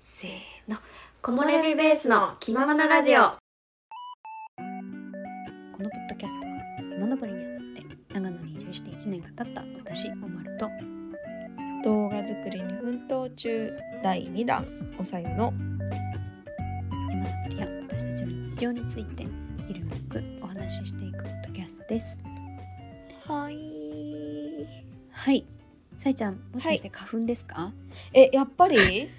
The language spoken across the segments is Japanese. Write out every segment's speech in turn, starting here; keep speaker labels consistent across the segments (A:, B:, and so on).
A: せーの木漏れ日ベースの気ままなラジオ
B: このポッドキャストは山登りにあたって長野に移住して1年が経った私おまると
C: 動画作りに奮闘中第2弾おさゆの
B: 山登りや私たちの日常についてゆるくお話ししていくポッドキャストです
C: はい
B: はいさいちゃんもしかして花粉ですか、
C: えやっぱり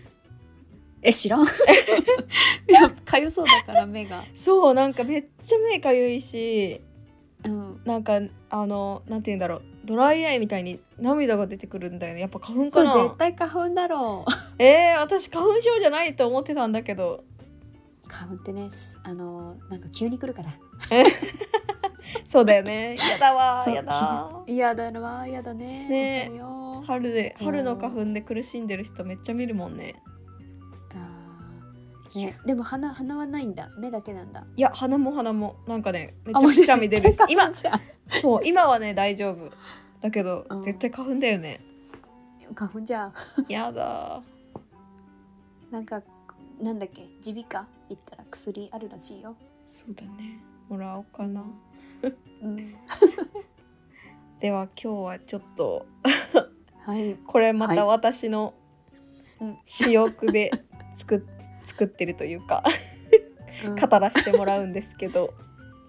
B: え知らんい やかゆそうだから目が
C: そうなんかめっちゃ目かゆいし
B: うん
C: なんかあのなんて言うんだろうドライアイみたいに涙が出てくるんだよねやっぱ花粉
B: そ
C: か
B: う
C: な
B: 絶対花粉だろう
C: えー、私花粉症じゃないと思ってたんだけど
B: 花粉ってねすあのなんか急に来るから
C: そうだよ ねやだわ
B: そう
C: やだ
B: いやだわやだね
C: ね
B: わかるよ
C: 春で
B: うん
C: 春の花粉で苦しんでる人めっちゃ見るもんね
B: あーね、でも鼻鼻はないんだ目だけなんだ
C: いや鼻も鼻もなんかねめっ
B: あ
C: ちゃくしゃみ出るし
B: もう
C: 今
B: 絶対花粉じ
C: そう今はね大丈夫だけど、
B: うん
C: 絶対花粉だよね
B: ゃん 花粉じゃん
C: やだ
B: なんかなんだっけ耳鼻科行ったら薬あるらしいよ
C: そうだねもらおうかな、
B: うん
C: では今日はちょっと
B: はい
C: これま
B: は
C: た
B: い
C: 私の
B: うん
C: 私欲で作っ 作ってるというか
B: うん
C: 語らせてもらうんですけど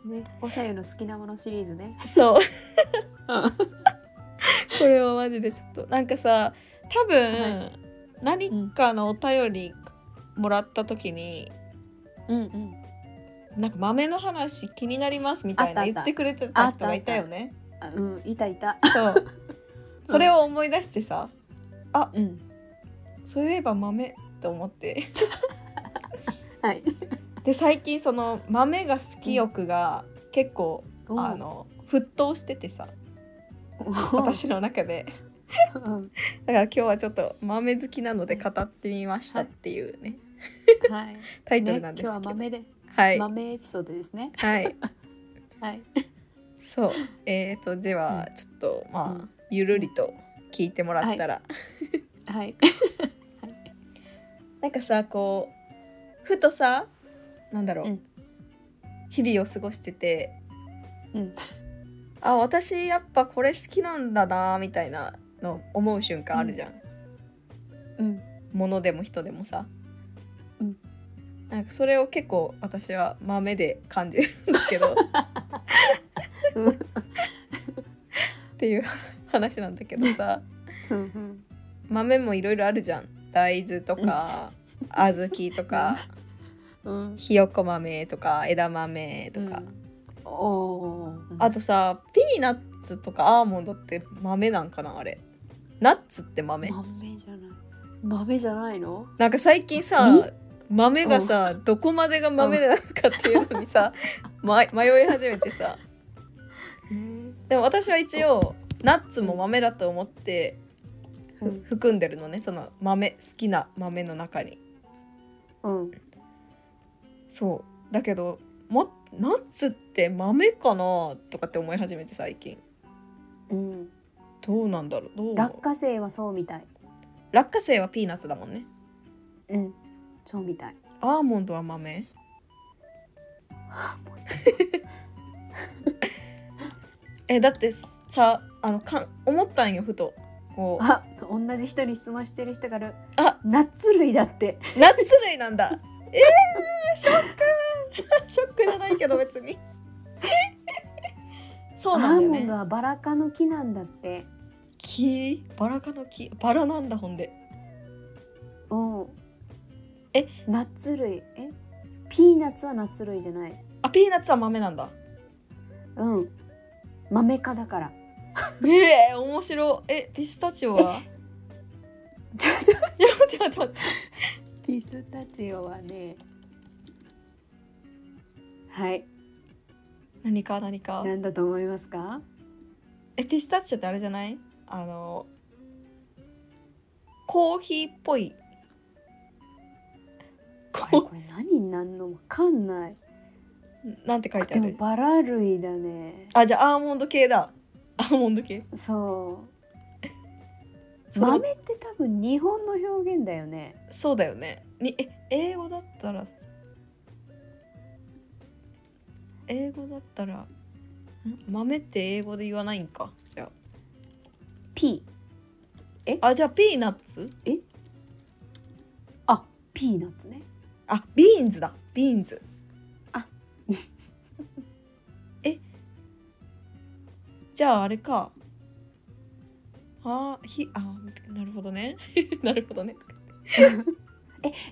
B: ねおさゆの好きなものシリーズね
C: そう
B: うん
C: これはマジでちょっとなんかさ多分、
B: は
C: 何かのお便りもらった時に、
B: うんうん
C: なんか豆の話気になりますみたいな
B: あったあっ
C: 言
B: た
C: ってくれてた人がいたよね
B: あうんいたいた
C: そうそれを思い出してさ、
B: うん
C: そういえば豆と思って
B: はい
C: で最近その豆が好き欲が結構、あの沸騰しててさ
B: おー
C: 私の中で
B: うん
C: だから今日はちょっと豆好きなので語ってみましたっていうね、
B: はいね
C: タイトルな
B: 今
C: んですけ
B: 日は
C: ど、
B: 豆で
C: はい
B: 豆エピソードですね
C: はい
B: はい
C: そうえー、とではちょっと、まあ、
B: うん
C: ゆるりと聞いてもらったら、
B: はい
C: なんかさこうふとさなんだろう、
B: うん
C: 日々を過ごしてて
B: うん
C: あ私やっぱこれ好きなんだなみたいなの思う瞬間あるじゃん、
B: うん
C: 物でも人でもさ、
B: うん
C: なんかそれを結構私は豆で感じるんだけ ど
B: うん
C: っていう話なんだけどさ
B: うん
C: 豆もいろいろあるじゃん大豆とか小豆とか
B: うん
C: ひよこ豆とか枝豆とか、
B: うんおーうん
C: あとさピーナッツとかアーモンドって豆なんかなあれナッツって豆
B: 豆じゃない豆じゃないの
C: なんか最近
B: に
C: さ豆がさどこまでが豆なのかっていうのにさ、ま、迷い始めてさ
B: へー
C: でも私は一応ナッツも豆だと思ってふ
B: うん
C: 含んでるのねその豆好きな豆の中に
B: うん
C: そうだけどもナッツって豆かなとかって思い始めて最近
B: うん
C: どうなんだろうどう思う
B: 落花生はそうみたい
C: 落花生はピーナッツだもんね
B: うんそうみたい
C: アーモンドは豆 えだってさあのかん思ったんよふとこう
B: あ同じ人に質問してる人がいる
C: あ
B: ナッツ類だって
C: ナッツ類なん だえー、ショックショックじゃないけど別 にそ
B: ア
C: うなんだ
B: ー
C: よ
B: モン
C: ね
B: ドはバラ科の木なんだって
C: 木バラ科の木バラなんだほんで
B: うん
C: え
B: ナッツ類えピーナッツはナッツ類じゃない
C: あピーナッツは豆 なんだ
B: うん豆科だから
C: ええー、面白いえピスタチ オは
B: ちょっと
C: いや待って待って待って
B: ピスタチオはねはい
C: 何か何か
B: なんだと思いますか
C: えピスタチオってあれじゃないあのコーヒーっぽい
B: あれ
C: こ
B: これ何になんのわかんないう
C: なんて書いて
B: で
C: あ
B: も
C: る
B: バラ類だね
C: あじゃあアーモンド系だアーモンド系
B: そ
C: その
B: 豆って多分日本の表現だよね
C: そうだよねにえ英語だったら英語だったらん豆って英語で言わないんかじゃ
B: P
C: ああじゃあピーナッツ
B: あピーナッツね
C: あビーンズだビーンズ
B: あ
C: えじゃああれかあひあなるほどね なるほどね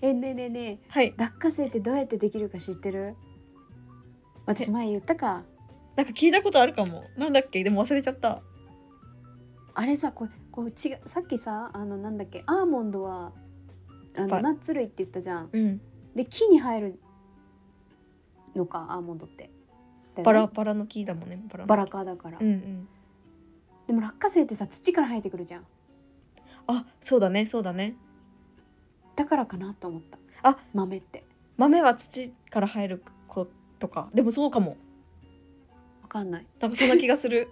B: えねえねえねえ
C: はい
B: 落花生ってどうやってできるか知ってる私前言ったか
C: なんか聞いたことあるかもなんだっけでも忘れちゃった
B: あれさこれこう違うさっきさあのなんだっけアーモンドは
C: バ
B: あのナッツ類って言ったじゃん
C: うん
B: で木に生えるのかアーモンドってだよね
C: バラバラの木だもんねバラの木
B: バラ科だから、
C: うんうん
B: でも落花生ってさ土から生えてくるじゃん
C: あそうだねそうだね
B: だからかなと思った
C: あ
B: 豆って
C: 豆は土から生えることかでもそうかも
B: わかんない
C: なんかそんな気がす る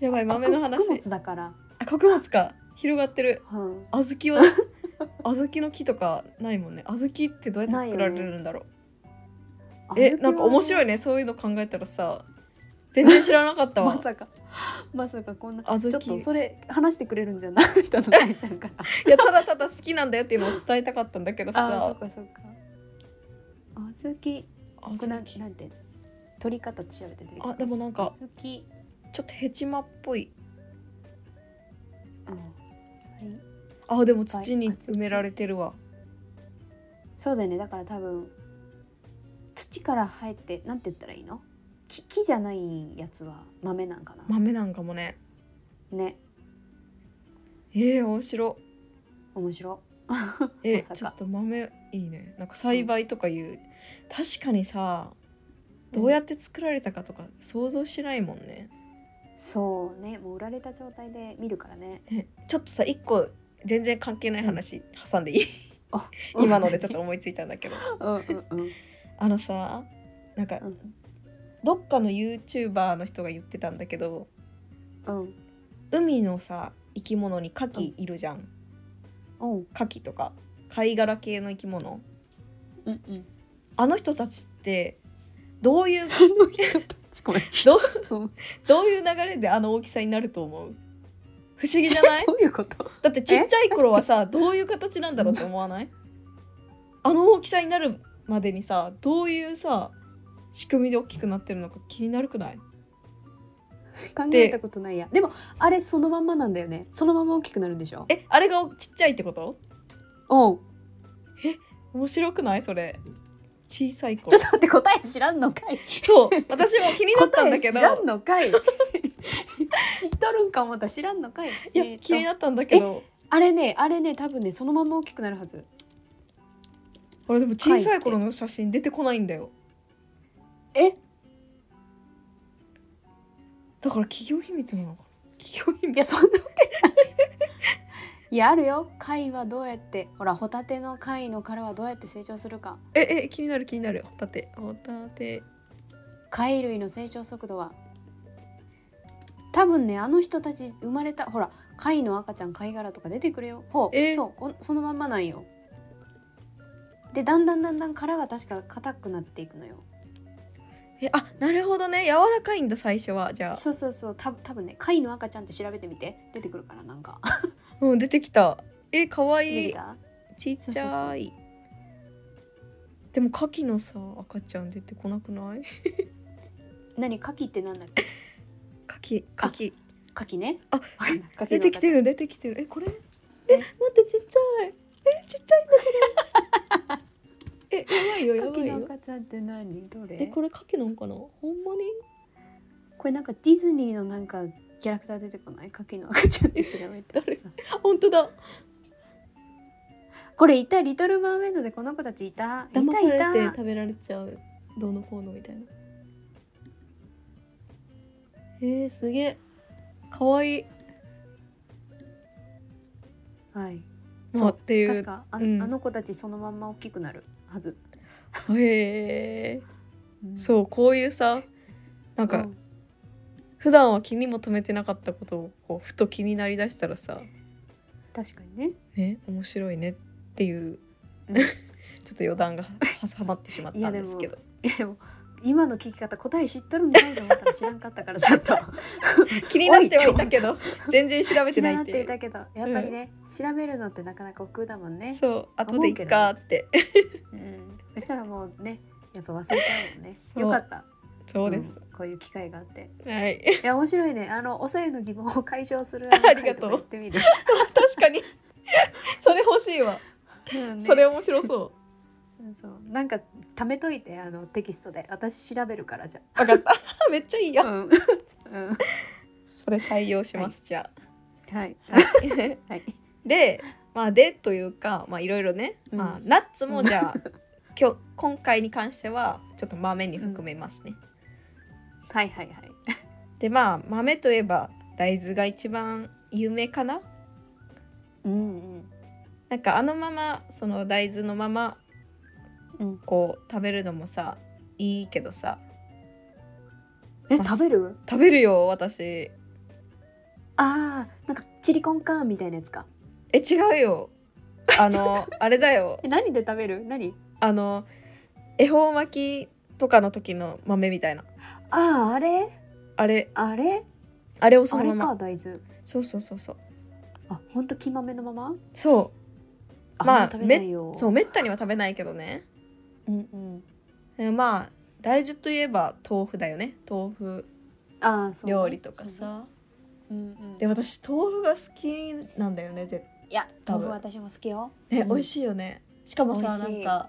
C: やばい豆の話
B: 穀穀物だから、
C: あ穀物か広がってる
B: うん、
C: 小 豆は小豆の木とかないもんね小豆ってどうやって作られるんだろう、えなんか面白
B: い
C: いねそういうの考えたらさ全然知らなかったわ
B: まさかまさかこんな
C: 小豆
B: ちょっとそれ話してくれるんじゃなかったの大ちゃん から
C: いやただただ好きなんだよっていうのを伝えたかったんだけど
B: あーそ
C: さ
B: うかそうか小豆
C: 小
B: これな
C: 豆
B: なんて取り方調べて出てきた
C: あでもなんか
B: 小豆
C: ちょっとヘチマっぽい
B: うんそれ
C: あでも土に埋められてるわ
B: そうだよねだから多分土から生えてなんて言ったらいいの木木じゃないやつは豆なんかな、
C: 豆なんかもね
B: ね
C: えー、面白
B: 面白
C: え
B: まさか
C: ちょっと豆いいねなんか栽培とかいう、確かにさどうやって作られたかとか想像しないもんね、
B: そうねもう売られた状態で見るからね
C: ねちょっとさ一個全然関係ない話挟んでいい、
B: あ
C: 今のでちょっと思いついたんだ けど
B: うんうんうん
C: あのさなんか、
B: うん
C: どっかの YouTuber の人が言ってたんだけど
B: うん
C: 海のさ生き物に牡蠣いるじゃん
B: うん
C: 牡蠣とか貝殻系の生き物
B: うんうん
C: あの人たちってどういう
B: あの人たちごめん
C: どう
B: うん
C: どういう流れであの大きさになると思う不思議じゃ ない
B: どういうこと
C: だってちっちゃい頃はさどういう形なんだろうって思わないあの大きさになるまでにさどういうさ仕組みで大きくなってるのか気になるくない
B: 考えたことないやでもあれそのまんまなんだよねそのまま大きくなるんでしょ
C: えあれがちっちゃいってこと
B: うん
C: 面白くないそれ小さい
B: ちょ
C: 頃
B: っと待って答え知らん のかい
C: そう私も気になったん
B: 答
C: だ
B: え
C: け
B: 知
C: ど
B: らんのかい 知っとるんか思った知らんのかい
C: い
B: えー
C: や
B: と
C: 気になったんだけど
B: あれねあれね多分ねそのまま大きくなるはず
C: あれでも小さい頃の写真出てこないんだよ
B: え
C: だから企業秘密なのかな企業秘
B: い
C: 密
B: やそんなわけないいやあるよ貝はどうやってほらホタテの貝の殻はどうやって成長するか
C: ええ気になる気になるホタテホタテ
B: 貝類の成長速度は多分ねあの人たち生まれたほら貝の赤ちゃん貝殻とか出てくるよほう、
C: え
B: そうこんそのまんまなんよでだんだんだんだん殻が確か硬くなっていくのよ
C: えあなるほどね柔らかいんだ最初はじゃあ
B: そうそうそうた多分ね貝の赤ちゃんって調べてみて出てくるからなんか
C: うん出てきたえ可愛
B: 出
C: い
B: てきた
C: ちっちゃい
B: そうそう
C: でも牡蠣のさ赤ちゃん出てこなくない
B: 何牡蠣ってなんだっけ
C: 牡蠣
B: あ
C: 牡蠣
B: 牡蠣ね
C: あ
B: わかんない牡蠣の赤ち
C: 出
B: ゃん
C: てきてる出てきてるえこれえ待ってちっちゃいえちっちゃいんだこれ えやばいよやば
B: 牡
C: い
B: 蠣の
C: よ
B: 赤ちゃんって何どれ
C: えこれ牡蠣なんかなほんまに
B: これなんかディズニーのなんかキャラクター出てこない牡蠣の赤ちゃんって調べて
C: 誰あ本当だ
B: これいたリトルマーメイドでこの子たちいたい
C: 騙
B: たい
C: されて
B: た
C: 食べられちゃうどうのこうのみたいなえー、すげえかわいい
B: はい
C: ま
B: そ
C: あ
B: う
C: っていう
B: 確かあ,、
C: うん
B: あの子たちそのまんま大きくなるはず、
C: へえ
B: うん
C: そうこういうさなん
B: う
C: か
B: ん
C: 普段は気にも留めてなかったことをこうふと気になりだしたらさ
B: 確かにね
C: ね面白いねっていう、
B: うん
C: ちょっと余談が挟まってしまったんですけど
B: でも今の聞き方答え知っとるんじゃないと思ったら知らんかったからちょっ と
C: 気になってはいたけど全然調べて
B: 知
C: な
B: ら
C: い
B: な
C: っ
B: ってて
C: い
B: いうたけどやっぱりね、調べるのってなかなか億劫だもんね
C: そう後でいっかーって
B: うん、そしたらもうねやっぱ忘れちゃうもんね
C: そう
B: よかった
C: そうです、
B: んこういう機会があって
C: はい
B: いや面白いねあのおさゆの疑問を解消する
C: ありがとう
B: 回とか行ってみる、
C: 確かに それ欲しいわ、
B: うんね
C: それ面白そう
B: うんそうなんか貯めといてあのテキストで私調べるからじゃ
C: 分かった めっちゃいいや、
B: あうん、うん、
C: それ採用します、じゃ
B: はい
C: あ
B: はい
C: でまあでというかまあいろいろね、
B: うん
C: まあナッツもじ ゃあ今日今回に関してはちょっと豆に含めますね、
B: はいはいはい
C: でまあ豆といえば大豆が一番有名かな
B: うん
C: なんかあのままその大豆のまま
B: うんうん
C: こう食べるのもさいいけどさ
B: え
C: まあ
B: 食べる
C: 食べるよ私
B: あーなんかチリコンカーンみたいなやつか
C: え違う よあのあれだよ
B: え何で食べる何
C: あの恵方巻きとかの時の豆みたいな
B: あああれ
C: あれ
B: あれ
C: あれをそ
B: あ
C: の
B: れ
C: ま
B: か
C: ま
B: 大豆
C: そうそうそうそう
B: あ本当木豆のまま
C: そ
B: あ
C: まあ
B: ん食べないよ
C: うそうめったには食べないけどね
B: うんうん
C: でまあ大豆といえば豆腐だよね豆腐
B: ああそうね
C: 料理とか
B: そうね
C: さ
B: うんうん
C: で私豆腐が好きなんだよね絶
B: いや
C: 多分
B: 豆腐私も好きよ
C: 対、ね
B: うん
C: 美味しいよねしかも
B: 美
C: さな
B: 味し
C: ん
B: い
C: か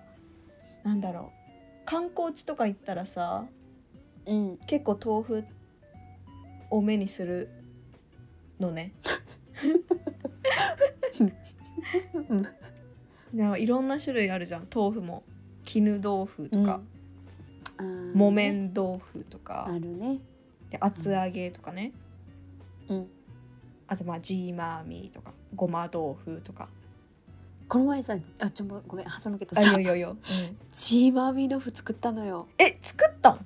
C: なんだろう観光地とか行ったらさ
B: うん
C: 結構豆腐多めにするのね なんかいろんな種類あるじゃん豆腐も絹豆腐とか、
B: うん
C: 木綿豆腐とか
B: あ、るね
C: で厚揚げとかね、
B: うん
C: あとまあジーマーミーとかごま豆腐とか
B: この前さあちょもうごめん挟むけど
C: あい
B: さ
C: よいよいよ、うん
B: チーマーミー豆腐作ったのよ
C: え作ったん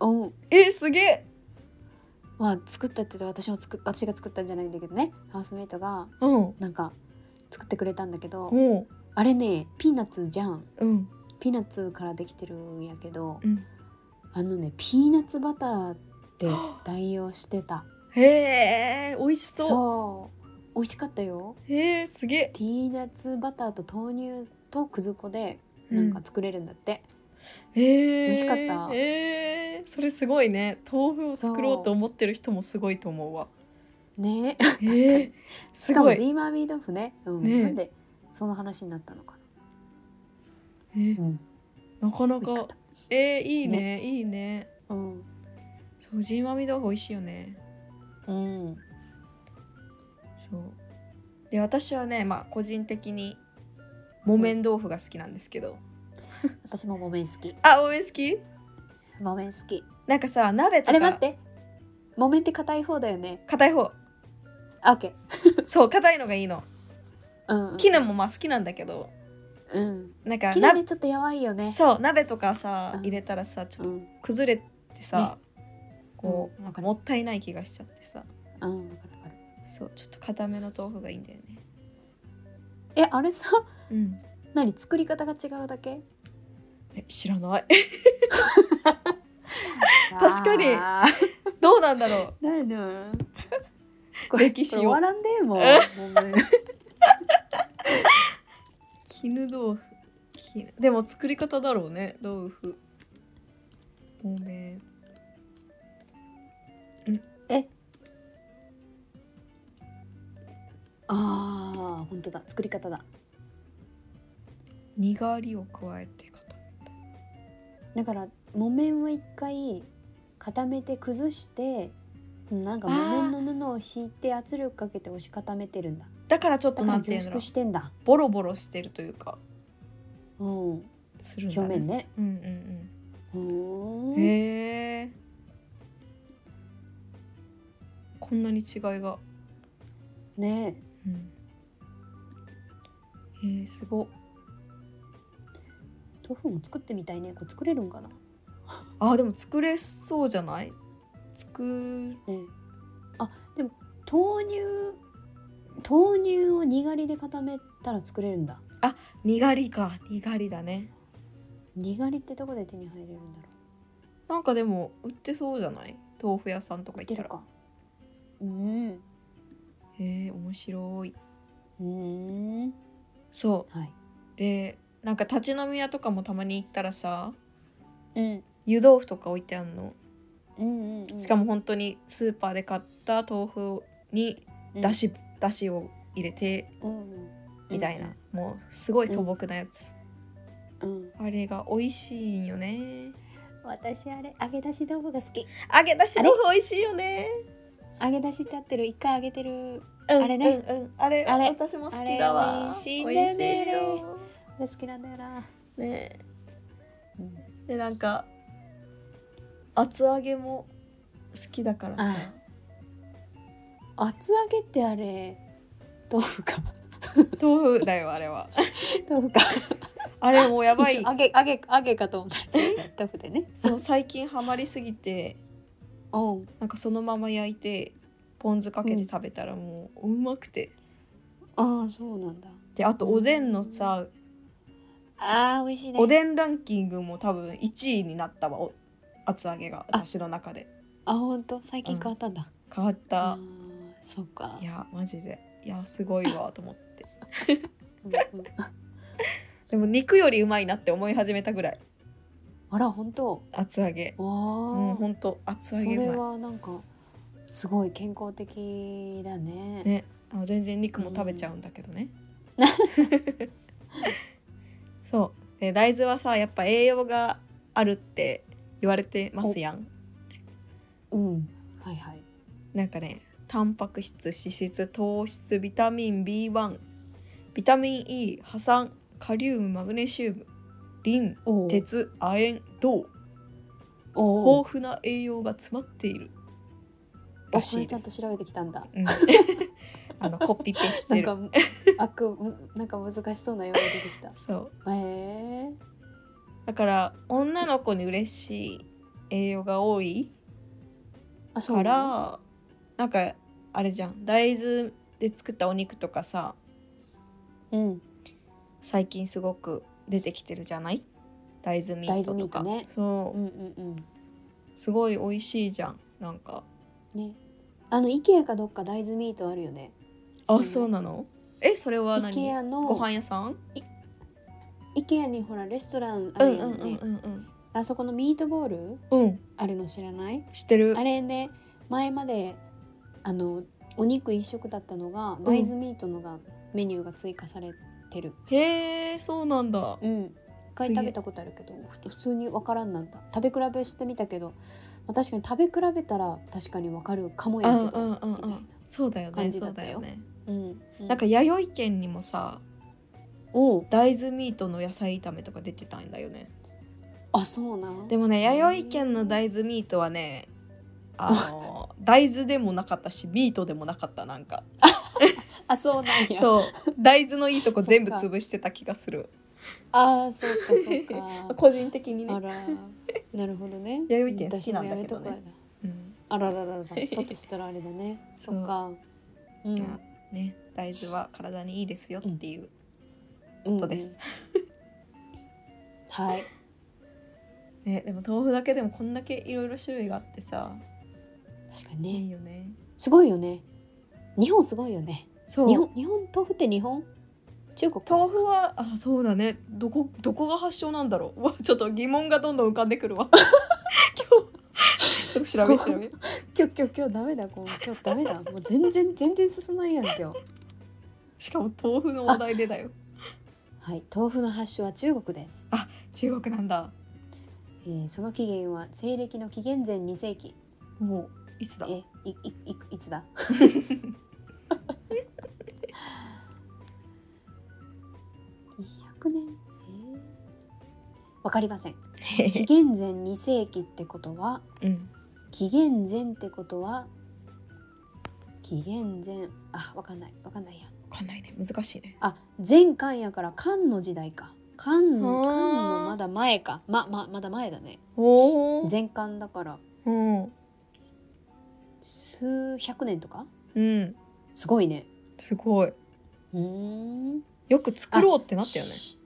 B: うん
C: えすげえ
B: まあ作ったって言って私も作っ私が作ったんじゃないんだけどねハウスメイトが
C: うん
B: なんか作ってくれたんだけど
C: も
B: あれねピーナッツじゃん
C: ううん
B: ピーナッツからできてるんやけど、
C: うん
B: あのねピーナッツバター で代用してた
C: へえ美味しそう
B: そう美味しかったよ
C: へえすげえ
B: ピーナッツバターと豆乳とくず粉でなんか作れるんだって、
C: 美
B: 味しかった
C: えー、それすごいね豆腐を作ろうと思ってる人もすごいと思うわ
B: ね
C: 確
B: に
C: す
B: しかも
C: ごい
B: ジーマーミー豆腐ね,、うん、
C: ね
B: なんでその話になったのか
C: えー
B: な、うん、
C: なかな
B: 美味しか
C: か
B: った
C: えー、いいねいいね
B: うん、
C: そうジーマミ豆腐美味しいよね
B: うん、
C: そうで私はねまあ個人的に木綿豆腐が好きなんですけど、
B: 私も木綿好き
C: あ木綿好き
B: 木綿好き
C: なんかさ鍋と
B: あれ待っ
C: か
B: て木綿って硬い方だよね
C: 硬い方
B: あ OK
C: そう硬いのがいいの
B: うんうん
C: 絹もまあ好きなんだけど
B: うん
C: なんか
B: 木の
C: な
B: ねちょっとやばいよね
C: そう鍋とかさ
B: うん
C: 入れたらさちょっと
B: うん
C: 崩れてさ、こう
B: うん
C: なんか
B: わかる
C: もったいない気がしちゃってさ
B: うん、わかるわかる。
C: そうちょっと固めの豆腐がいいんだよね
B: え、あれさ、
C: うん
B: 何作り方が違うだけ？
C: え知らない 確かに
B: あ
C: どうなんだろ
B: ー。な いな。これ
C: 歴史を
B: これ終わらんでもう。も うね
C: う絹豆腐絹でも作り方だろうね豆腐ごめん
B: ああ、本当だ。作り方だ。
C: にがりを加えて固めた
B: だから木綿を一回固めて崩して、なんか木綿の布を敷いて圧力かけて押し固めてるんだ。
C: だからちょっと
B: だ
C: な
B: か
C: ん
B: ら
C: ていう
B: 凝
C: の
B: 縮してんだ。
C: ボロボロしてるというか
B: うん。
C: するんだ、
B: 表
C: ね、
B: 面ね。
C: うんうん
B: う
C: う
B: ー
C: ん
B: ん。
C: へえこんなに違いが
B: ねえ。
C: うんえー、すごっ
B: 豆腐も作ってみたいね。これ作れるんかな。
C: あーでも作れそうじゃない作る
B: ねあでも豆乳豆乳をにがりで固めたら作れるんだ
C: にがりかにがりだね
B: にがりってどこで手に入れるんだろ
C: なんかでも売ってそうじゃない豆腐屋さんと
B: う
C: か
B: 売っ
C: 行
B: て
C: った
B: る
C: ら
B: かうん
C: へえ面白いう
B: ーん
C: そ
B: はいう
C: でなんか立ち飲み屋とかもたまに行ったらさ
B: うん
C: 湯豆腐とか置いてあんの
B: うんうんうん
C: しかも本当にスーパーで買った豆腐に
B: うん
C: だし、だしを入れて
B: うんうん
C: みたいな、もうすごい素朴なやつ、
B: うん
C: あれが美味しいんよね
B: 私あれ揚げ出し豆腐が好き
C: 揚げ出し豆腐美味しいよね
B: 揚げ出しってあってる一回揚げてる
C: うん
B: あれね
C: うんうんあれ
B: あれ
C: 私も好きだわ
B: あれ美味しいんだよね
C: 美味しいよ
B: あれ好きなんだよな、
C: ね
B: うん、
C: でなんか厚揚げも好きだからさ
B: あ厚揚げってあれ豆腐 か
C: 豆腐だよあれ は
B: 豆腐か
C: あれもうやば
B: 一
C: い
B: 緒揚げ揚げ揚げかと思ったら豆腐でね
C: そう最近ハマりすぎて
B: うん
C: なんかそのまま焼いてポン酢かけて食べたらもううまくて、
B: ああそうなんだ
C: であとおでんのさ、
B: ああ美味しいね
C: おでんランキングも多分1位になったわお厚揚げが
B: あ
C: 私の中で
B: あ本当最近変わったんだ、
C: 変わっ
B: あ
C: た
B: あ、そっか
C: いやマジでいやすごいわと思って
B: うんうん
C: でも肉よりうまいなって思い始めたぐらい
B: あら本当
C: 厚揚げ
B: わあ、
C: うんほんと厚
B: そ
C: 揚げ
B: れ
C: うま
B: はなんかすごい健康的だね
C: いねあ全然肉も食べちゃうんだけどね、 そうで大豆はさやっぱ栄養があるって言われてますやん
B: うんはいはい
C: なんかねタンパク質脂質糖質ビタミン B1 ビタミン E 破酸カリウムマグネシウムリン
B: おう
C: 鉄亜鉛銅
B: おう
C: 豊富な栄養が詰まっている
B: あ
C: ら
B: こ
C: し
B: れ
C: い
B: ちゃ
C: で
B: んと
C: す。
B: 調べてきたんだ
C: うん あのコピペし
B: な
C: て
B: んか
C: る。
B: むあくむなんか難しそうな用語出てきた
C: そう
B: へえ
C: だから女の子に嬉しい栄養が多い
B: あそう
C: か
B: なの
C: らなんかあれじゃん大豆で作ったお肉とかさ
B: うん
C: 最近すごく出てきてるじゃない大豆ミートとか
B: 大豆ミートね
C: そう
B: う、んうん
C: すごい美味しいじゃんなんか
B: うんねあの IKEA かどっか大豆ミートあるよね
C: あそう
B: な
C: なのえそれは何
B: IKEA の
C: ご飯屋さん
B: IKEA にほらレストランあ
C: うんう
B: るよ
C: ん
B: ね、
C: うんうん
B: あそこのミートボール
C: うんうん
B: あるの知らない
C: 知ってる
B: あれね前まであのお肉一食だったのが大豆ミートのが、メニューが追加されてる
C: へえそうなんだ
B: うん一回
C: すげえ
B: 食べたことあるけどふ普通にわからんなんだ食べ比べしてみたけどまあ確かに食べ比べたら確かにわかるかも
C: う
B: や
C: ん
B: け
C: うん
B: ど
C: うんう
B: みたいなん
C: そうだよね
B: 感じ
C: そ
B: だ
C: う
B: っ
C: だ
B: た
C: よ
B: よ
C: ね
B: うんうん
C: なんか弥生県にもさ
B: おう
C: 大豆ミートの野菜炒めとか出てたんだよね
B: あそうなん
C: でもね弥生県の大豆ミートはねあの 大豆でもなかったしミートでもなかったなんか
B: あそうなんや
C: そう大豆のいいとこ全部
B: そっか
C: 潰してた気がする
B: ああそうかそう か
C: 個人的に
B: あ
C: ね、
B: らなるほどね
C: 弥生県好きなんだけどね
B: 私もやめとこうやな
C: うん、
B: あららららら、だとしたらあれだね。
C: そう
B: そっか。う
C: いや
B: ん、
C: ね大豆は体にいいですよっていう
B: うん
C: ことです。、
B: はい。
C: ねでも豆腐だけでもこんだけいろいろ種類があってさ
B: 確かに
C: い
B: ね。
C: いよね
B: すごいよね。日本すごいよね。
C: そう
B: 日本、日本豆腐って日本。中国。
C: 豆腐。はあそうだねどこどこが発祥なんだろううわ ちょっと疑問がどんどん浮かんでくる わ今日ちょっと調べ調べ
B: 今日、今日、今日ダメだ、こう、 今日ダメだ。もう全然、全然進まんやん、今日。
C: しかも豆腐の話題でだよ
B: はい、豆腐の発祥は中国です。
C: 中国なんだ
B: えー、その起源は西暦の紀元前2世紀。
C: もういつだ
B: え、い、い、い、い つだ。200年。えーわかりません。紀元前2世紀ってことは
C: うん
B: 紀元前ってことは紀元前あわかんないわかんないや
C: わかんないね難しいね
B: あ前漢やから漢の時代か漢の
C: あー
B: 漢のまだ前かまままだ前だね
C: おお
B: 前漢だから
C: うん
B: 数百年とか
C: うん
B: すごいね
C: すごいう
B: ーん
C: よく作ろうってなったよね
B: し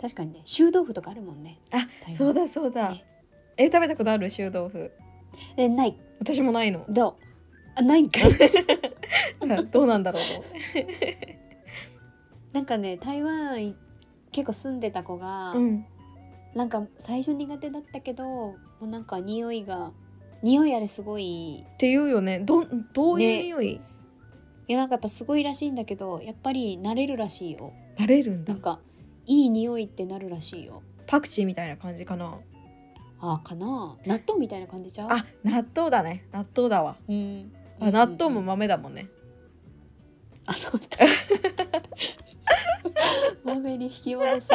B: 確かにね臭豆腐とかあるもんね
C: あ
B: 台湾
C: そうだそうだ
B: ね
C: え食べたことある臭豆腐
B: えない
C: 私もないの
B: どうあないんかい
C: どうなんだろうと思って
B: なんかね台湾い結構住んでた子が、
C: うん
B: なんか最初苦手だったけどもうなんか匂いが匂いあれすごい
C: っていうよねどどういう
B: ね
C: 匂い、
B: いやなんかやっぱすごいらしいんだけどやっぱり慣れるらしいよ
C: 慣れるん
B: な
C: だ
B: んかいい匂いってなるらしいよ
C: パクチーみたいな感じかな
B: あーかな納豆みたいな感じちゃう
C: あ納豆だね納豆だわ
B: うん
C: あ納豆も
B: うん
C: 豆だもんね
B: あそう だ豆に引き戻す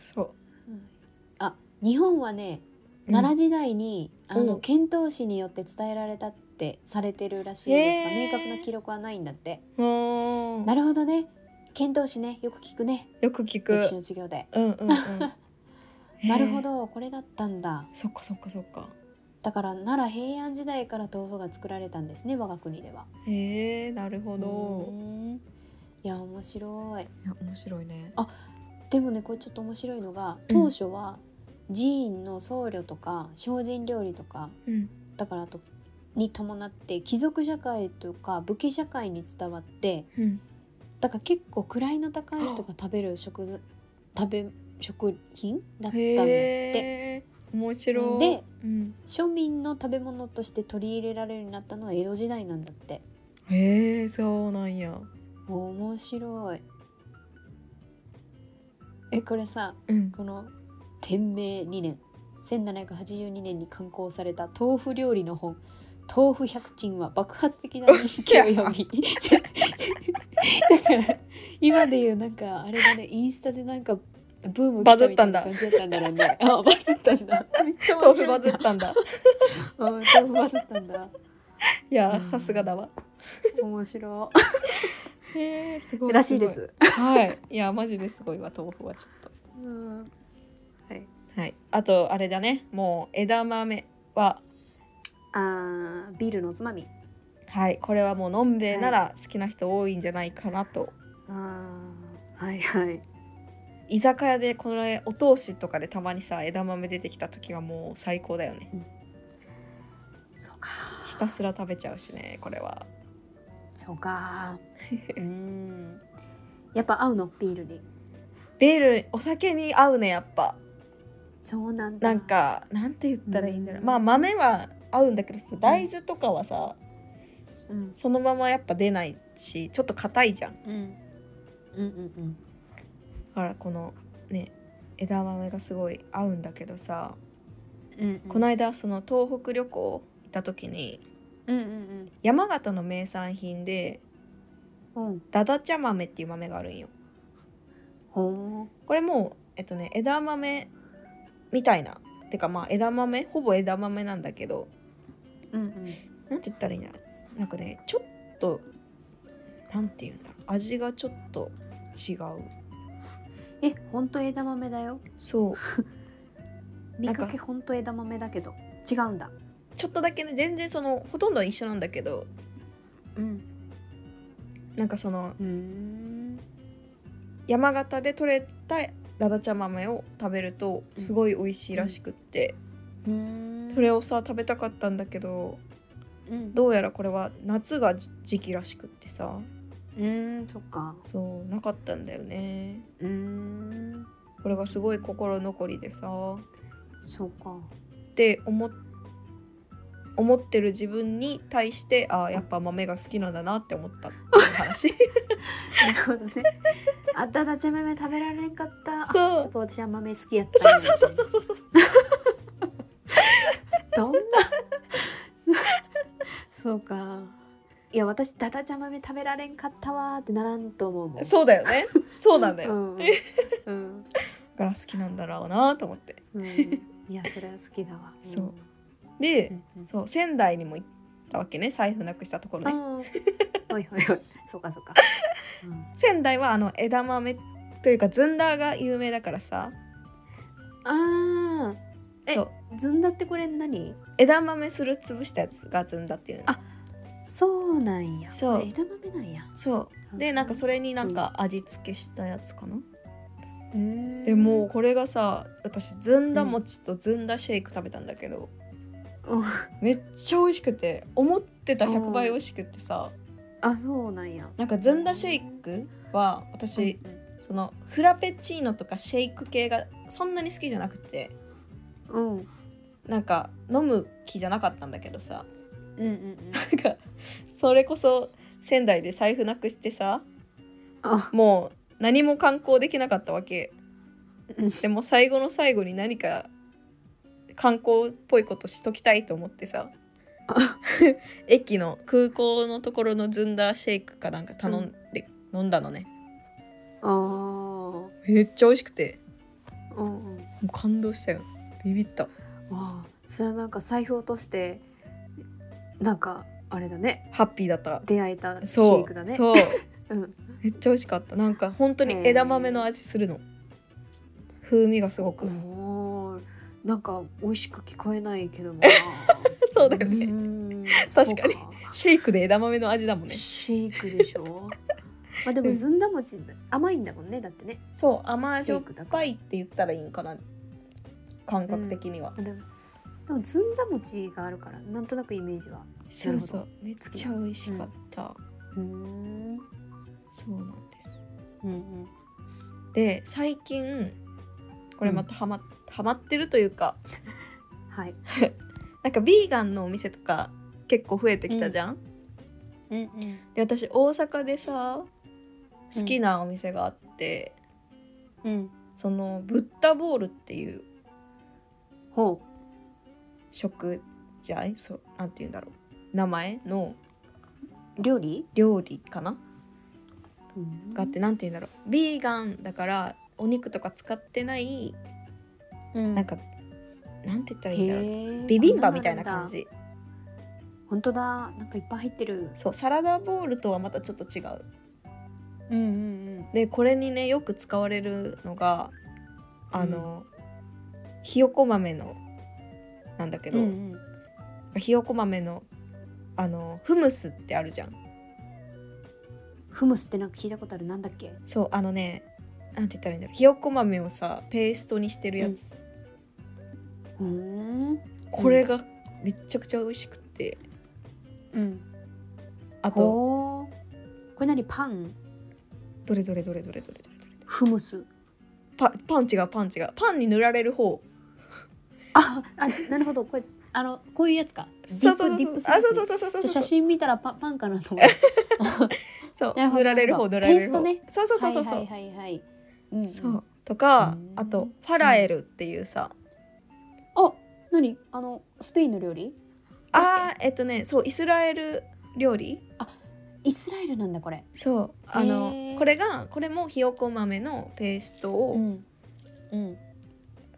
C: そう
B: あ日本はね
C: うん
B: 奈良時代に、あ
C: う
B: の
C: ん
B: 遣唐使によって伝えられたってされてるらしいですが、
C: へー
B: 明確な記録はないんだって
C: うーん
B: なるほどね遣唐使ねよく聞くね
C: よく聞く
B: 歴史の授業で
C: うんうんうん へー
B: なるほどこれだったんだ
C: そっかそっかそっか
B: だから奈良平安時代から豆腐が作られたんですね我が国では
C: へえなるほ
B: うー
C: ど
B: んいや面白い
C: いや面白いね
B: あでもねこれちょっと面白いのが
C: うん
B: 当初は寺院の僧侶とか精進料理とか
C: うん
B: だからあとに伴って貴族社会とか武家社会に伝わって
C: うん
B: だから結構位の高い人が食べる食ず食べ食品だったんだって
C: へえ面白い
B: で、
C: うん、
B: 庶民の食べ物として取り入れられるようになったのは江戸時代なんだって
C: へえそうなんや
B: 面白いえこれさ
C: うん
B: この天明2年1782年に刊行された豆腐料理の本「豆腐百珍」は爆発的な人気を呼び だから今でいうなんかあれだねインスタでなんかブーム来たみたいな感じだったんだろうねあバズったんだめっちゃ面
C: 豆腐
B: 白
C: バ
B: い
C: ズったんだ
B: うん豆腐バズったんだ
C: いやさすがだわ
B: 面白
C: へえすご
B: い
C: い
B: らしいです
C: ごいはいいやマジですごいわ豆腐はちょっと
B: うんはい
C: はいあとあれだねもう枝豆は
B: あービールのおつまみ
C: はいこれはもうのんべえなら好きな人多いんじゃないかなと、
B: あーはいはい
C: 居酒屋でこれお通しとかでたまにさ枝豆出てきた時はもう最高だよね
B: そうか
C: ひたすら食べちゃうしねこれは
B: そう か。うん。やっぱ合うのビールに。
C: ビールお酒に合うねやっぱ
B: そうなんだ。
C: なん。かなんて言ったらいいんだろう
B: うん
C: まあ豆は合うんだけどさ大豆とかはさ
B: うん。
C: そのままやっぱ出ないしちょっと硬いじゃんだ
B: うん。うんうん
C: からこのね枝豆がすごい合うんだけどさ、
B: うん。うん、
C: この間その東北旅行行った時に
B: うんうん
C: 山形の名産品で
B: うん。うん。
C: ダダ茶豆っていう豆があるんよ
B: ほ
C: これもうえっとね枝豆みたいなてかまあ枝豆ほぼ枝豆なんだけど
B: う。うんうん。
C: なんて言ったらいいんだろうなんかねちょっとなんて言うんだろう味がちょっと違う
B: え、本当枝豆だよ。
C: そう
B: 見
C: な
B: か
C: ん
B: け
C: か
B: 本当枝豆だけど違うんだ。
C: ちょっとだけね全然そのほとんど一緒なんだけど
B: うん。
C: なんかその
B: うん。
C: 山形で採れただだ茶豆を食べるとすごい美味しいらしくって、
B: うん。
C: それをさ食べたかったんだけど
B: うん。
C: どうやらこれは夏が時期らしくってさ
B: うん。そっか。
C: そうなかったんだよね
B: うん。
C: これがすごい心残りでさ
B: そうか。
C: って思っ思ってる自分に対してあーやっぱ豆が好きなんだなって思ったっていう 話
B: なる ほどね。あっただちゃ豆食べられんかった。あ
C: そう
B: やっぱ私は豆好きやったんや。そうそうそうそう。どんな。 そうか。いや私ダダちゃ豆食べられんかったわーってならんと思うもん。
C: そうだよねそうなんだよ、
B: うん。うん。
C: だから好きなんだろうなと思って
B: うん。 いやそれは好きだわ。。
C: そうんで、
B: うんうん
C: そう仙台にも行ったわけね財布なくしたところね
B: ああ。おいおいおい。そうかそうか。うん
C: 仙台はあの枝豆というかずんだが有名だからさ
B: ああ。え
C: そう
B: ずんだってこれ何
C: 枝豆する潰したやつがずんだっていうの
B: あそうなんや
C: そう
B: あ枝豆なんや
C: そうでなんかそれになんか味付けしたやつかな、
B: で
C: でもうこれがさ私ずんだ餅とずんだシェイク食べたんだけど、
B: うん
C: めっちゃ美味しくて思ってた100倍美味しくてさ
B: あそうなんや
C: なんかずんだシェイクは私そのフラペチーノとかシェイク系がそんなに好きじゃなくて
B: うんうん
C: なんか飲む気じゃなかったんだけどさ
B: うんうんうん
C: なんかそれこそ仙台で財布なくしてさ
B: あ
C: もう何も観光できなかったわけ
B: うん
C: でも最後の最後に何か観光っぽいことしときたいと思ってさ 駅の空港のところのずんだシェイクかなんか頼んで、飲んだのね
B: あー
C: めっちゃ美味しくて
B: うんうん
C: もう感動したよビビった
B: ああそれはなんか財布落としてなんかあれだね
C: ハッピーだった
B: 出会えたシェ
C: そ
B: イクだ
C: う
B: ね
C: そう
B: うん、
C: めっちゃ美味しかったなんか本当に枝豆の味するの風味がすごく
B: おーなんか美味しく聞こえないけどもな
C: そうだよね
B: うん
C: 確かに
B: そう
C: シェイクで枝豆の味だもんね
B: シェイクでしょまあで
C: う
B: も
C: ん
B: ずんだ餅甘いんだもんねだってね
C: そう甘じょっ
B: シェイクだから
C: ぱいって言ったらいいんかな感覚的には、
B: でもでもずんだ餅があるからなんとなくイメージは
C: そうそ
B: な
C: うめっちゃ美味しかった、
B: うーん
C: そうなんです
B: うんうん
C: で最近これまたハマ,、ハマってるというか
B: はい
C: なんかビーガンのお店とか結構増えてきたじゃん、
B: うんうん
C: で私大阪でさ好きなお店があって、
B: うん
C: そのブッダボールっていう
B: ほ
C: 食材そうなんて言うんだろう名前の
B: う料理
C: 料理かな
B: うん
C: があってなんて言うんだろうビーガンだからお肉とか使ってない
B: うん
C: なんかなんて言ったらいいんだろう
B: へえ
C: ビビンバみたいな感じ
B: 本当だなんかいっぱい入ってる
C: そうサラダボールとはまたちょっと違う
B: うんうん
C: でこれにねよく使われるのがあの、ひよこ豆のなんだけど、
B: うん
C: ひよこ豆のあのフムスってあるじゃん
B: フムスってなんか聞いたことあるなんだっけ
C: そうあのねなんて言ったらいいんだろうひよこ豆をさペーストにしてるやつ、
B: うーん
C: これがめっちゃくちゃ美味しくて
B: うん
C: あと
B: ほうこれ何パン
C: どれどれどれどれどれどれどれ
B: フムス
C: パパン違うパン違うパンに塗られる方
B: ああなるほどこれあのこういうやつかディ
C: そう
B: ッ
C: そう
B: プディ
C: そ
B: ッ
C: う
B: プ
C: そうあそうそう
B: う
C: そうそうそう
B: 写
C: そう
B: 真見たらパパンかなと思って
C: そう
B: なるほど
C: 塗られる方塗
B: なる
C: ら
B: ほど
C: れる方
B: ペーストね
C: そうそうそうそうそう、
B: はいはいはいはい、うんん
C: そうとか
B: うん
C: あとファラエルっていうさ、
B: あ何あのスペインの料理
C: あーえっとねそうイスラエル料理
B: イスラエルなんだこれ
C: そうあ
B: へ
C: の
B: ー
C: これがこれもひよこ豆のペーストを、
B: んうん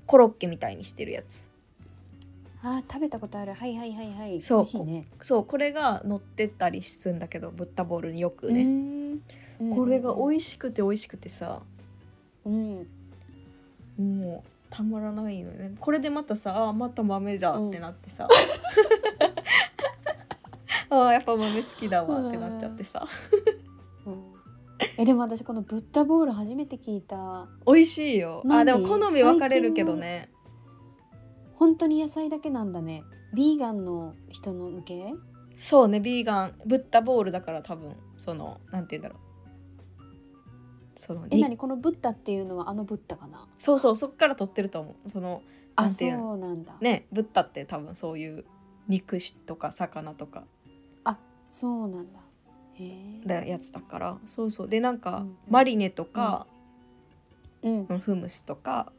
C: コロッケみたいにしてるやつ
B: あー食べたことあるはいはいはいはい
C: そう
B: 美味しいね
C: そうこれが乗ってたりするんだけどブッダボールによく
B: う
C: ね、
B: ん
C: これが
B: い
C: 美味しくて美味しくてさ
B: うん
C: もうたまらないのよねこれでまたさあーまた豆じゃってなってさ、 あーやっぱ豆好きだわってなっちゃってさ
B: うんえでも私このブッダボール初めて聞いた
C: 美味しいよあー
B: 何
C: でも好み分かれるけどね
B: 本当に野菜だけなんだねビーガンの人の向け
C: そうねビーガンブッダボールだから多分そのなんて言うんだろうその
B: え
C: に
B: 何このブッダっていうのはあのブッダかな
C: そうそうそっから取ってると思うその
B: あ
C: なんて
B: そ
C: いうの
B: うなんだ、
C: ねブッダって多分そういう肉とか魚とか
B: そうなんだへえ
C: だやつだからそうそうでなんか、
B: うんうん
C: マリネとか、
B: うん
C: フムスとか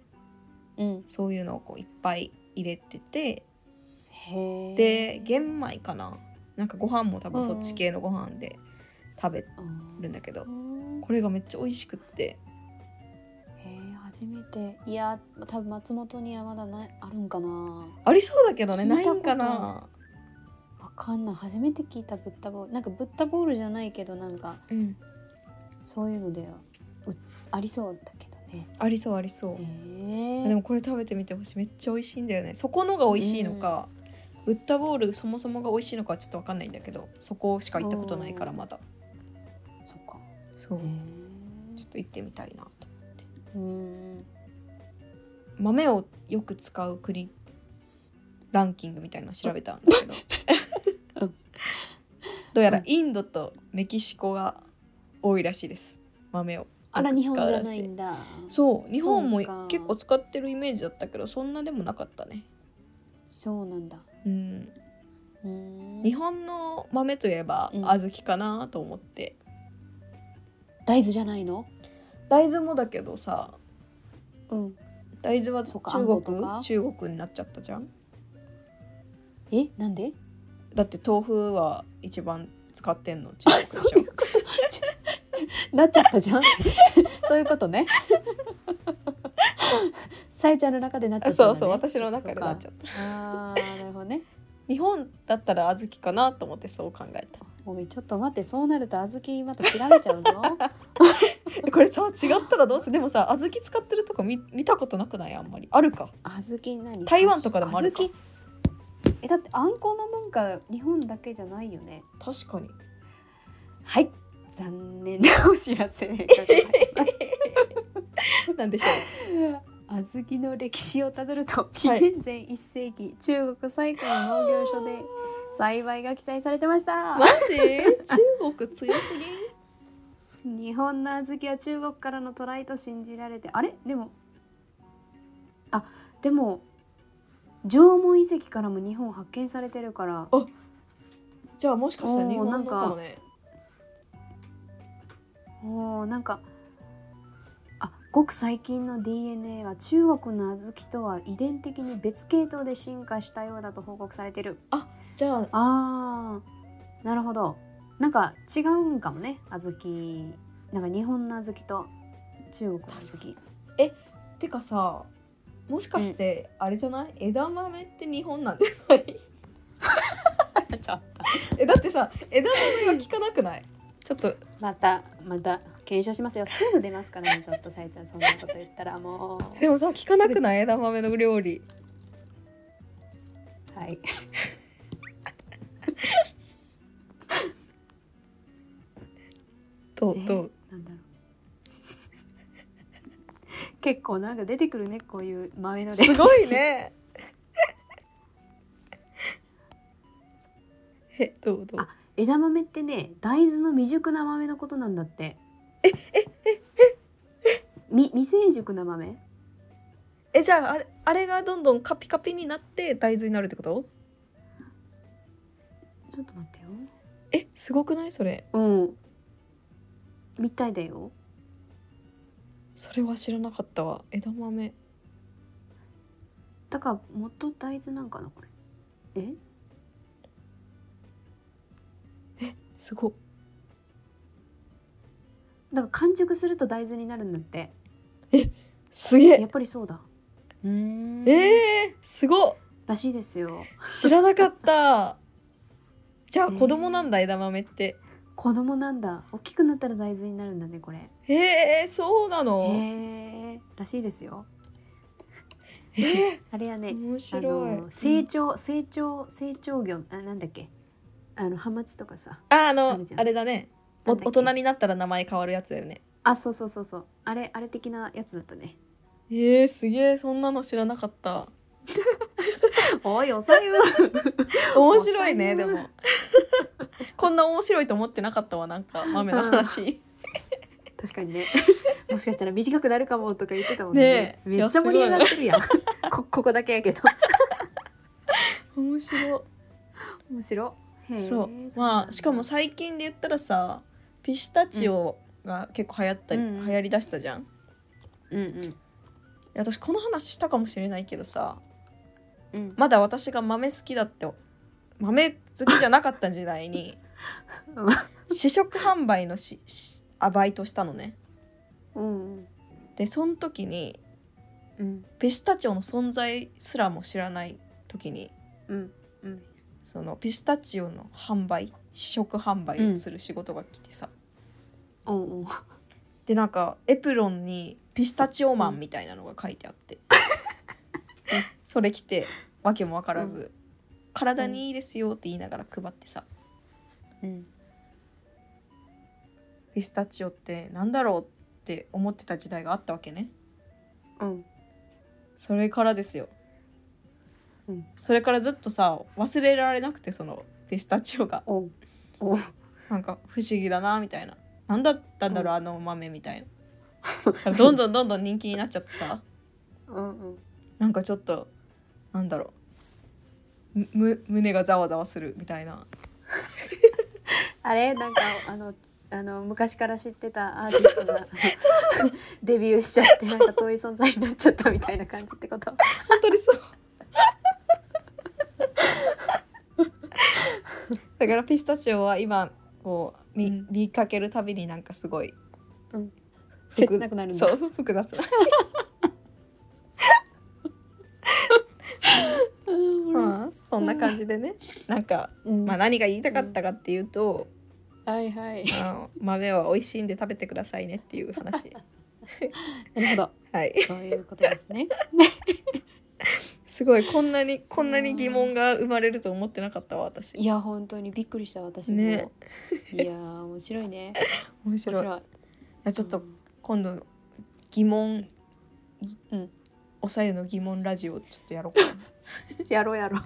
B: うん
C: そういうのをこういっぱい入れてて
B: へえ
C: で玄米かななんかご飯も多分そっち系のご飯で食べ
B: うん
C: るんだけど、
B: うん
C: これがめっちゃ美味しくって
B: へえ初めていや多分松本にはまだないあるんかな
C: ありそうだけどね
B: 聞い
C: な
B: たこ
C: い
B: と
C: んかな、
B: わかんない初めて聞いたブッダボールなんかブッダボールじゃないけどなんか
C: うん、
B: そういうのではうありそうだけどねね。
C: ありそうありそう、
B: え
C: でもこれ食べてみてほしいめっちゃ美味しいんだよねそこのが美味しいのか、ウッタボールそもそもが美味しいのかはちょっとわかんないんだけどそこしか行ったことないからまだ
B: そっか。
C: そう
B: へ
C: ちょっと行ってみたいなと
B: ーうん。
C: 豆をよく使う国ランキングみたいなの調べたんだけど、
B: うん
C: どうやら
B: うん
C: インドとメキシコが多いらしいです豆を
B: あら
C: よく
B: 日
C: 使うら
B: 本
C: し
B: じゃないんだ。
C: そう日本も
B: そうか
C: 結構使ってるイメージだったけどそんなでもなかったね
B: そうなんだ。
C: うん
B: うーん
C: 日本の豆といえば
B: うん
C: 小豆かなと思って、
B: 大豆じゃないの？
C: 大豆もだけどさ
B: うん。
C: 大豆は
B: そ
C: 中
B: っかあんこと
C: 国
B: か
C: 中国になっちゃったじゃん
B: えなんで？
C: だって豆腐は一番使って んの中国でしょ
B: なっちゃっ たじゃんってそういうことねさえちゃんの中でなっちゃ
C: あ
B: った
C: そ
B: んだ
C: う
B: ね
C: そう私の中でなっちゃ
B: ゃっ
C: った
B: たあーなるほどね
C: 日本だったら小豆かなと思ってそう考えた
B: おいちょっと待ってそうなると小豆また調べちゃうぞ
C: えこれさ違ったらどうするでもさ小豆使ってるとこ見見たことなくないあんまりあるか
B: 小豆何
C: 台湾とかでもあるか
B: 小豆えだってあんこの文化日本だけじゃないよね
C: 確かに
B: はい残念なお知らせがございます
C: なんでしょ
B: 小豆の歴史をたどると紀
C: はい
B: 元前1世紀、中国最古の農業所で栽培が記載されてました
C: うマジ中国強すぎん
B: 日本の小豆は中国からの渡来と信じられてあれでもあでも縄文遺跡からも日本発見されてるから
C: じゃあもしかしたら日本のかもね
B: おーなんかあごく最近の DNA は中国の小豆とは遺伝的に別系統で進化したようだと報告されてる
C: じゃあ
B: あーなるほどなんか違うんかもね小豆なんか日本の小豆と中国の小豆
C: てかさもしかしてあれじゃない、枝豆って日本なんじゃない
B: ちょっと
C: えだってさ枝豆は効かなくないちょっと
B: またまた検証しますよすぐ出ますからねちょっとさえちゃんそんなこと言ったらも
C: でもさ効かなくない枝豆の料理
B: うはい
C: ど
B: え
C: うどう
B: なんだろう 結構なんか出てくるねこういう豆の歴 史
C: すごいね えどうどう
B: あ枝豆ってね大豆の未熟な豆のことなんだってえええええみ未成熟な豆
C: えじゃああれあれがどんどんカピカピになって大豆になるってこと
B: ちょっと待ってよ
C: えすごくないそれ
B: うんみたいだよ
C: それは知らなかったわ枝豆
B: だから元大豆なんかなこれえ
C: すごっ
B: だから完熟すると大豆になるんだって
C: すげ
B: や
C: え
B: っぱりそうだうーん
C: えー、すごっ
B: らしいですよ
C: 知らなか ったじゃあ
B: うん
C: 子供なんだ枝豆って
B: 子供なんだ大きくなったら大豆になるんだねこれ
C: へえそうな
B: へ
C: の
B: えらしいですよ
C: へえ
B: あれやね
C: 面
B: あ
C: 白い
B: の成長成長成長魚あなんだっけあのハマチとかさ
C: ああの
B: あ
C: あ
B: るじゃん
C: れだねお
B: なんだっけ
C: 大人になったら名前変わるやつだよね
B: あそうそうそうそうあれあれ的なやつだったね
C: えー、すげえそんなの知らなかった
B: おいおさ ゆ
C: 面白いね
B: お
C: で
B: 財布
C: も こんな面白いと思ってなかったわなんか豆の 話
B: 確かにね もしかしたら短くなるかもとか言ってたもん
C: ね
B: ね
C: え
B: めっちゃ盛り上がってるやん こここだけ やけど
C: 面白
B: 面白へえ
C: そうまあしかも最近で言ったらさピスタチオが結構流行ったり、
B: うんうん
C: 流行りだしたじゃん
B: うんうん
C: 私この話したかもしれないけどさ
B: うん
C: まだ私が豆好きだって豆好きじゃなかった時代に試食販売のししあバイトしたのね
B: うんうん
C: でその時に
B: うん
C: ピスタチオの存在すらも知らない時に
B: うんうん
C: そのピスタチオの販売試食販売をする仕事が来てさ、
B: おうおう
C: でなんかエプロンにピスタチオマンみたいなのが書いてあって、それ着てわけも分からず、体にいいですよって言いながら配ってさ
B: うん
C: ピスタチオってなんだろうって思ってた時代があったわけね
B: うん
C: それからですよ、
B: うん
C: それからずっとさ忘れられなくてそのピスタチオが
B: おうおう
C: なんか不思議だなみたいななんだったんだろう、あのお豆みたいな どんどんどんどん人気になっちゃってさ
B: うんうん
C: なんかちょっとなんだろうむむ胸がざわざわするみたいな
B: あれなんかあのあの昔から知ってたアーティストがデビューしちゃってなんか遠い存在になっちゃったみたいな感じってこと
C: 本当に そうだからピスタチオは今こう見,、
B: うん
C: 見かけるたびになんかすごい複
B: 切なくなるんだ
C: そう複 雑なまあそんな感じでねなんか、
B: うん
C: まあ、何が言いたかったかっていうと、
B: はいはい
C: あの豆は美味しいんで食べてくださいねっていう話
B: なるほど
C: はい
B: そういうことですね
C: すごいこんなにこんなに疑問が生まれると思ってなかったわ私
B: いや本当にびっくりした私も、
C: ね
B: いやー面白いね
C: 面
B: 面
C: 白い
B: 白い
C: いやちょっ
B: う
C: と
B: ん
C: 今度疑問
B: うん
C: おさゆの疑問ラジオちょっとやろうかな
B: やろうやろ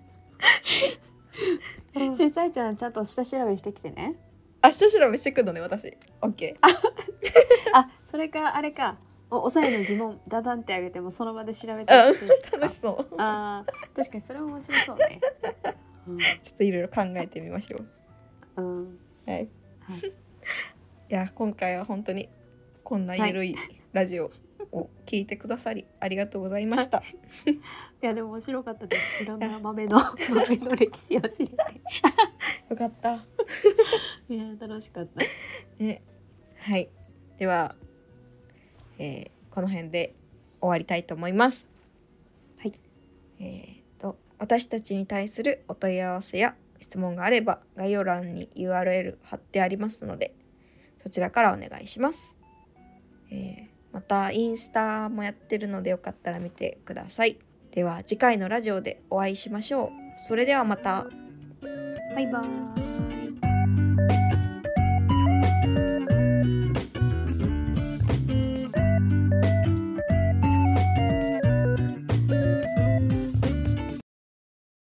B: う。せさえちゃんちゃんと下調べしてきてね。
C: あ下調べしてくのね私 OK
B: あ、それかあれか。おおさえの疑問ダダンってあげてもその場で調べて
C: うん
B: くれるしか
C: 楽しそう
B: あー確かにそれも面白そうね。
C: ちょっといろいろ考えてみましょう
B: うん。うん。
C: はい
B: はい
C: いや今回は本当にこんなゆるいラジオを聞いてくださりありがとうございました、
B: いやでも面白かった です。いろんな豆の豆の歴史を知れて。
C: よかった
B: いや楽しかった。
C: ねはいでは、えーこの辺で終わりたいと思います
B: はい
C: えーと私たちに対するお問い合わせや質問があれば概要欄に URL 貼ってありますのでそちらからお願いします、えーまたインスタもやってるのでよかったら見てくださいでは次回のラジオでお会いしましょうそれではまた
B: バイバーイ。